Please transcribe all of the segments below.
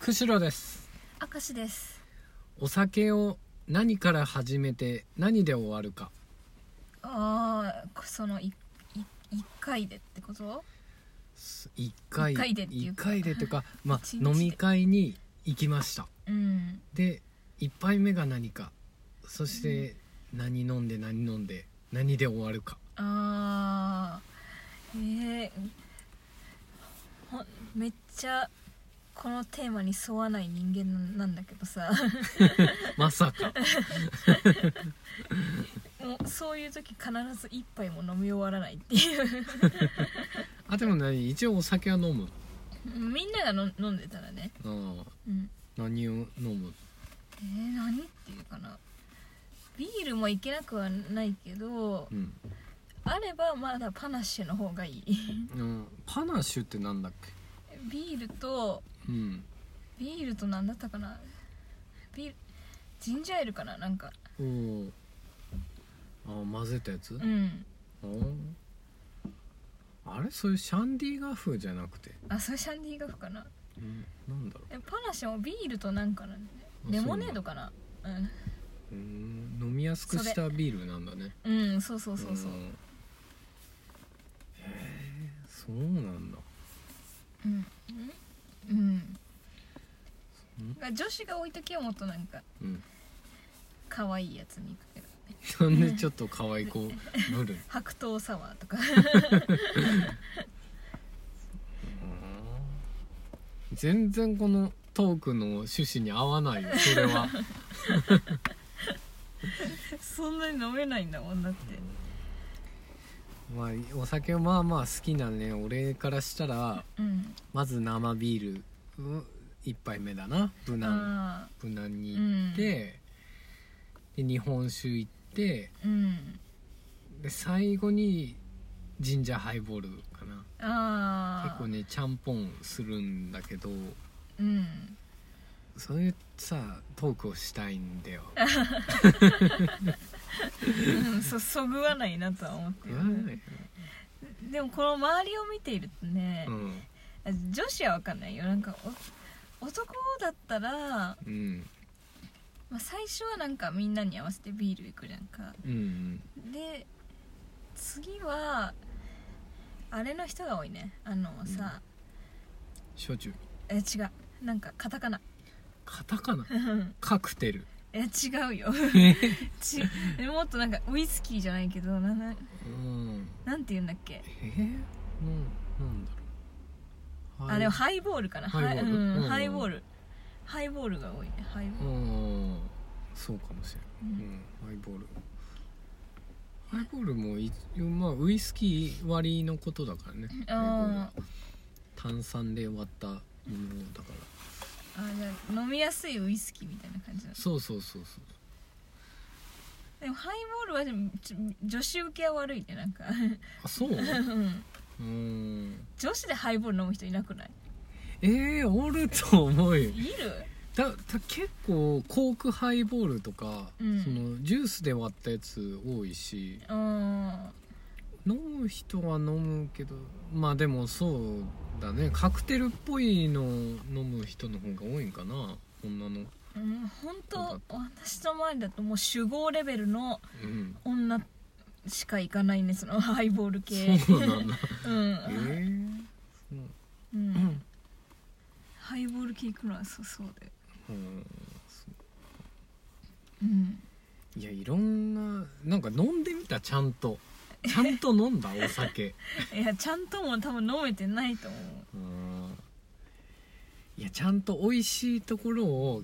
釧路です明石ですお酒を何から始めて何で終わるかああそのいい一回でってこと一回一回でっていうか一回でっていう かまあ一日で飲み会に行きましたうんで一杯目が何かそして何飲んで何飲んで何で終わるかあーえー、ほんめっちゃこのテーマに沿わない人間ななんだけどさまさ かもうそういう時必ず一杯も飲み終わらないっていうあでも何一応お酒は飲むみんながの飲んでたらね、ああうん、何を飲むえー、何っていうかなビールもいけなくはないけどうん、あればまだパナッシュの方がいいうん、パナッシュってなんだっビールとけうんビールと何だったかなビールジンジャーエールかななんかおーああ混ぜたやつ、うんおーあれそういうシャンディガフじゃなくて、あそれシャンディガフかなうん、なんだろえパナッシュもビールとなんかなんだねあレモネードかなうんううーん飲みやすくしたビールなんだねうんそうそうそうそうーんへえそうなんだうんううん、んが女子が置いときはもっとなんかうん可愛いやつに行くけどねなんでちょっと可愛い子ぶる白桃サワーとか全然このトークの趣旨に合わないよそれ は そんなに飲めないんだもんだってまあお酒はまあまあ好きなね俺からしたらうんまず生ビールうん一杯目だな無難あ無難に行って、で日本酒行ってーうんで最後にジンジャーハイボールかなああ結構ねちゃんぽんするんだけどうんそういうさトークをしたいんだようんそそぐわないなとは思ってうる、んでもこの周りを見ているとねう、ん女子は分かんないよなんかお男だったら、まうんあ、最初はなんかみんなに合わせてビール行くじゃんかうんで次はあれの人が多いねあのさ、焼酎え違うなんかカタカナカタカナカクテルえ違 うよちもっとなんかウイスキーじゃないけどななうんなんて言うんだっけえー、うんなんだろうあでもハイボールかなハイボールはいううんんハイボールハイボールが多いねハイボうール、んそうかもしれないうんうん、ハイボールハイボールもい、まあ、ウイスキー割りのことだからねあーハイボールは炭酸で割ったものだからあじゃあ飲みやすいウイスキーみたいな感じなのそうそうそうそうでもハイボールはでもちょ女子受けは悪いねなんかあそう ううんん女子でハイボール飲む人いなくないえー、おると思うよいるだだ結構コークハイボールとか、うんそのジュースで割ったやつ多いしうん飲む人は飲むけどまあでもそうだねカクテルっぽいのを飲む人の方が多いんかな女のうん本そう当私の周りだともう酒豪レベルのうん女しか行かないねそのハイボール系そうなんだうんえ、ーそうううんん、ハイボール系行くのはそうそうでうんそううんいやいろんななんか飲んでみたちゃんとちゃんと飲んだお酒いやちゃんとも多分飲めてないと思うんいやちゃんと美味しいところを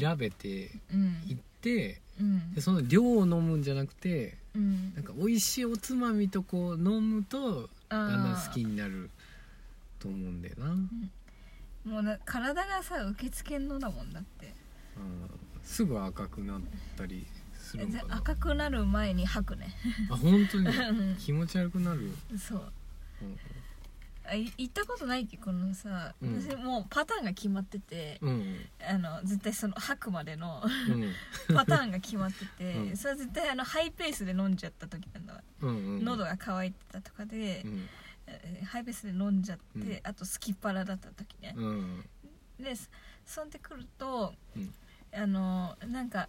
調べてううんいって、うんでその量を飲むんじゃなくてうんなんか美味しいおつまみとこう飲むとあだーんだん好きになると思うんだよな、うんもうな体がさ受け付けんのだもんだってすぐ赤くなったりするのかな赤くなる前に吐くねあ本当にうん気持ち悪くなるよ、 そううんあい行ったことないっけこのさ、うん私もうパターンが決まってて、うんあの絶対その吐くまでの うんパターンが決まってて、うんそれは絶対あのハイペースで飲んじゃった時なんだわ、うんうん喉が渇いてたとかでう、んえーハイペースで飲んじゃって、うんあとすきっ腹だった時ねう、んでそそんでくると、うんあのなんか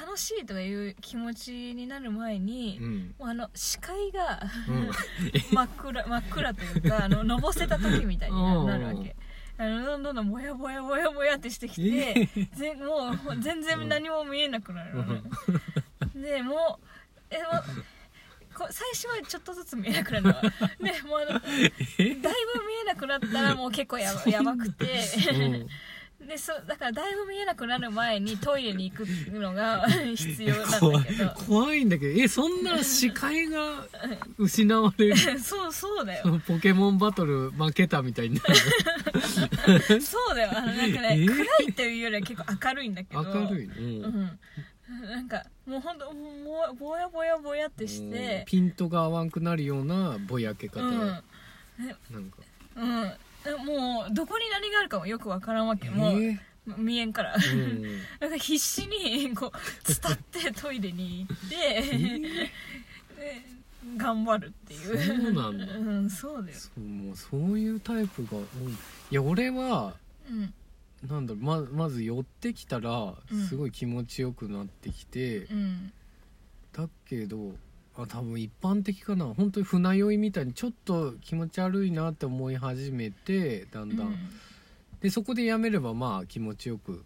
楽しいとかいう気持ちになる前に、うんもうあの視界がうん 真っ暗真っ暗というかあののぼせた時みたいにうんなるわけあのどんどんどんもやもやもやもやってしてきてぜもう全然何も見えなくなるのね でもうえもうこ最初はちょっとずつ見えなく なるのはねもうあのだいぶ見えなくなったらもう結構やばやばくてうんでそだからだいぶ見えなくなる前にトイレに行くのが 必要な怖んだいけど怖いんだけどえそんな視界が失われる そうそうだよそのポケモンバトル負けたみたいになるそうだよあのなんかえねー暗いというよりは結構明るいんだけど明るいね、うんなんかもうほんともうぼやぼやぼやってしうんてピントが合わんくなるようなぼやけう方、んうんなんかもうどこに何があるかもよくわからんわけえもうー見えんからうんなんか必死にこう伝ってトイレに行ってえで頑張るっていうーそうなんだうんそうだよそうもうそういうタイプが多いいや俺はうんなんだろうままず寄ってきたらうんすごい気持ちよくなってきて、うんだけどあ多分一般的かな本当に船酔いみたいにちょっと気持ち悪いなって思い始めてだうんだん、んでそこでやめればまあ気持ちよく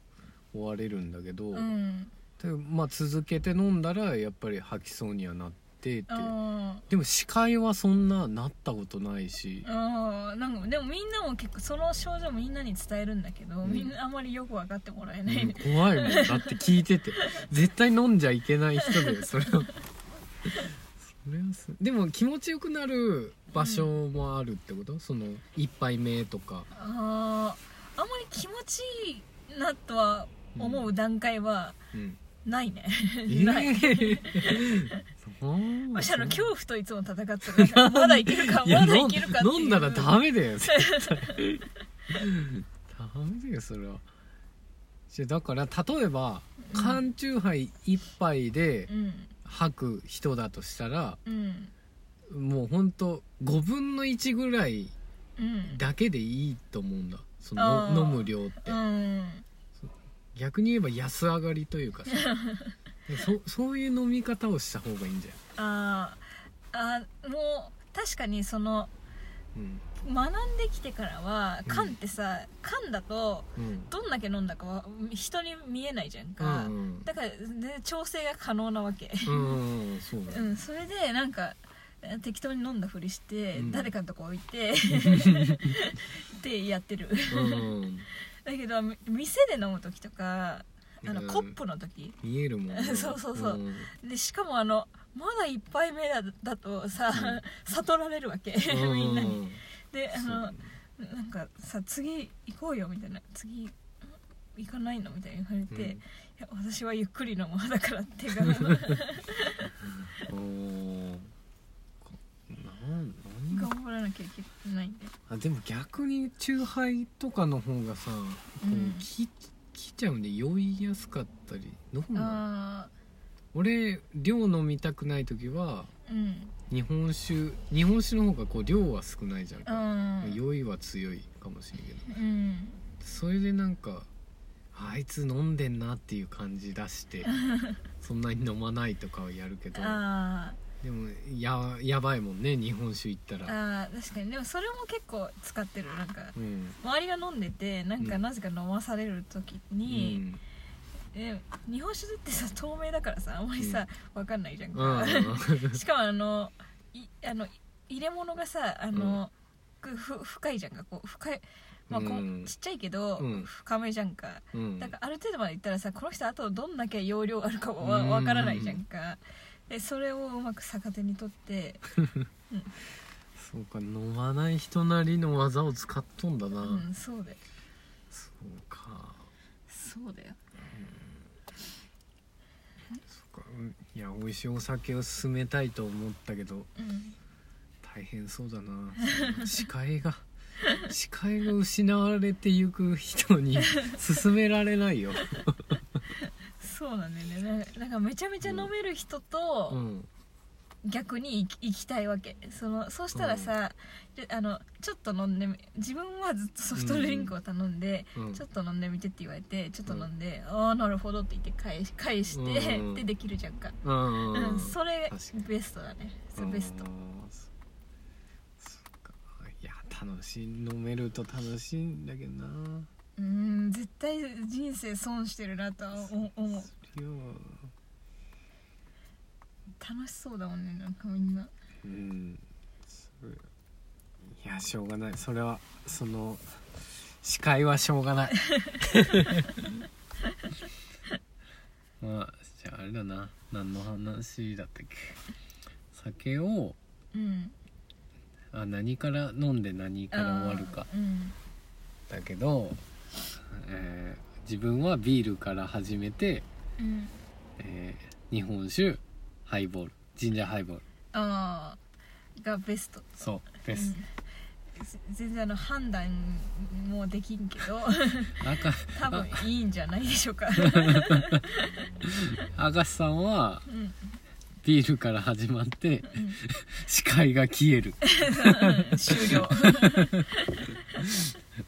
終われるんだけど、うんでまあ、続けて飲んだらやっぱり吐きそうにはなってってあでも視界はそんななったことないしー、あーなんかでもみんなも結構その症状みんなに伝えるんだけど、うんみんなあまりよく分かってもらえうない、ん怖いもんだって聞いてて絶対飲んじゃいけない人だよそれは。それはすでも気持ちよくなる場所もあるってこと、その一杯目とかあーあんまり気持ちいいなとは思う段階はうん、ないね、え ないー、そうむしろ恐怖といつも戦ってるからまだいけるかいやまだいけるかっていう飲ん飲んだらダメだよ絶対ダメだよそれはじゃあだから例えばうん缶チューハイ一杯でうん吐く人だとしたら、うんもうほんと5分の1ぐらいうんだけでいいと思うんだそあのー飲む量って、うん逆に言えば安上がりというか さそそういう飲み方をした方がいいんじゃあーあーもう確かにそのん学んできてからはうん缶ってさ、缶だとうんうんどんだけ飲んだかは人に見えないじゃんうか、んだからで調整が可能なわ けうんうんうんそうだうねんそれでなんかえー適当に飲んだふりして、うん誰かのとこ置 いてってやってるうんだけどみ店で飲む時とかあの、うんコップの時見えるもんね そうそうそうんでしかもあのまだ一杯目だだとさ、悟られるわけうみんなにであそうのだねなんかさ次行こうよみたいな次ん行かないのみたいに言われて、いや私はゆっくり飲む派だからっていうかうんおーこなんなん頑張らなきゃいけないんであでも逆にチューハイとかの方がさ、こうんうききちゃうんで酔いやすかったりどうなのあ俺量飲みたくない時はーうん日本酒日本酒の方がこう量は少ないじゃんか、うん酔いは強いかもしれんけどうんそれでなんかあいつ飲んでんなっていう感じ出して そんなに飲まないとかはやるけどあでもややばいもんね日本酒行ったーらあー確かにでもそれも結構使ってるなんかうん、周りが飲んでてなんかうんなぜか飲まされる時うに、んえ日本酒ってさ透明だからさあんまりさ、わかんないじゃんうか、ん しかもあのいあの入れ物がさあの、くふ深いじゃんかこう深い、まあこううんちっちゃいけど、うん深めじゃんかうん だからある程度までいったらさこの人あとどんだけ容量あるかはわわからないじゃんか、でそれをうまく逆手にとって、そうか飲まない人なりの技を使っとんだな、うん、そうだよそうかそうだよそうかうんいや美味しいお酒を勧めたいと思ったけどうん大変そうだ なその視界が視界が失われてゆく人 に勧められないよ、そうなんだよねなんかなんかめちゃめちゃ飲める人と、うん、逆に行き行きたいわけそのそうしたらさ、であのちょっと飲んでみ自分はずっとソフトドリンクを頼んで、うんちょっと飲んでみてって言われてちょっと飲んで、ああなるほどって言って返し返して、うんでできるじゃんか、うんうんうんそれ確かにベストだねそれベストあーそそっかいや楽しい飲めると楽しいんだけどなうん絶対人生損してるなとは思思うそれよ楽しそうだもんねなんかみんなうんそれいやしょうがないそれはその司会はしょうがない まあじゃああれだな何の話だったっけ酒をうんあ何から飲んで何から終わるかあーうんだけど、えー自分はビールから始めて、うんえー日本酒ハイボールジンジャーハイボールああがベストそうです、うん全然あの判断もできんけ ど赤多分いいんじゃないでし ょうか赤瀬さんはうんうんビールから始まって 視界が消える終了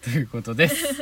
ということです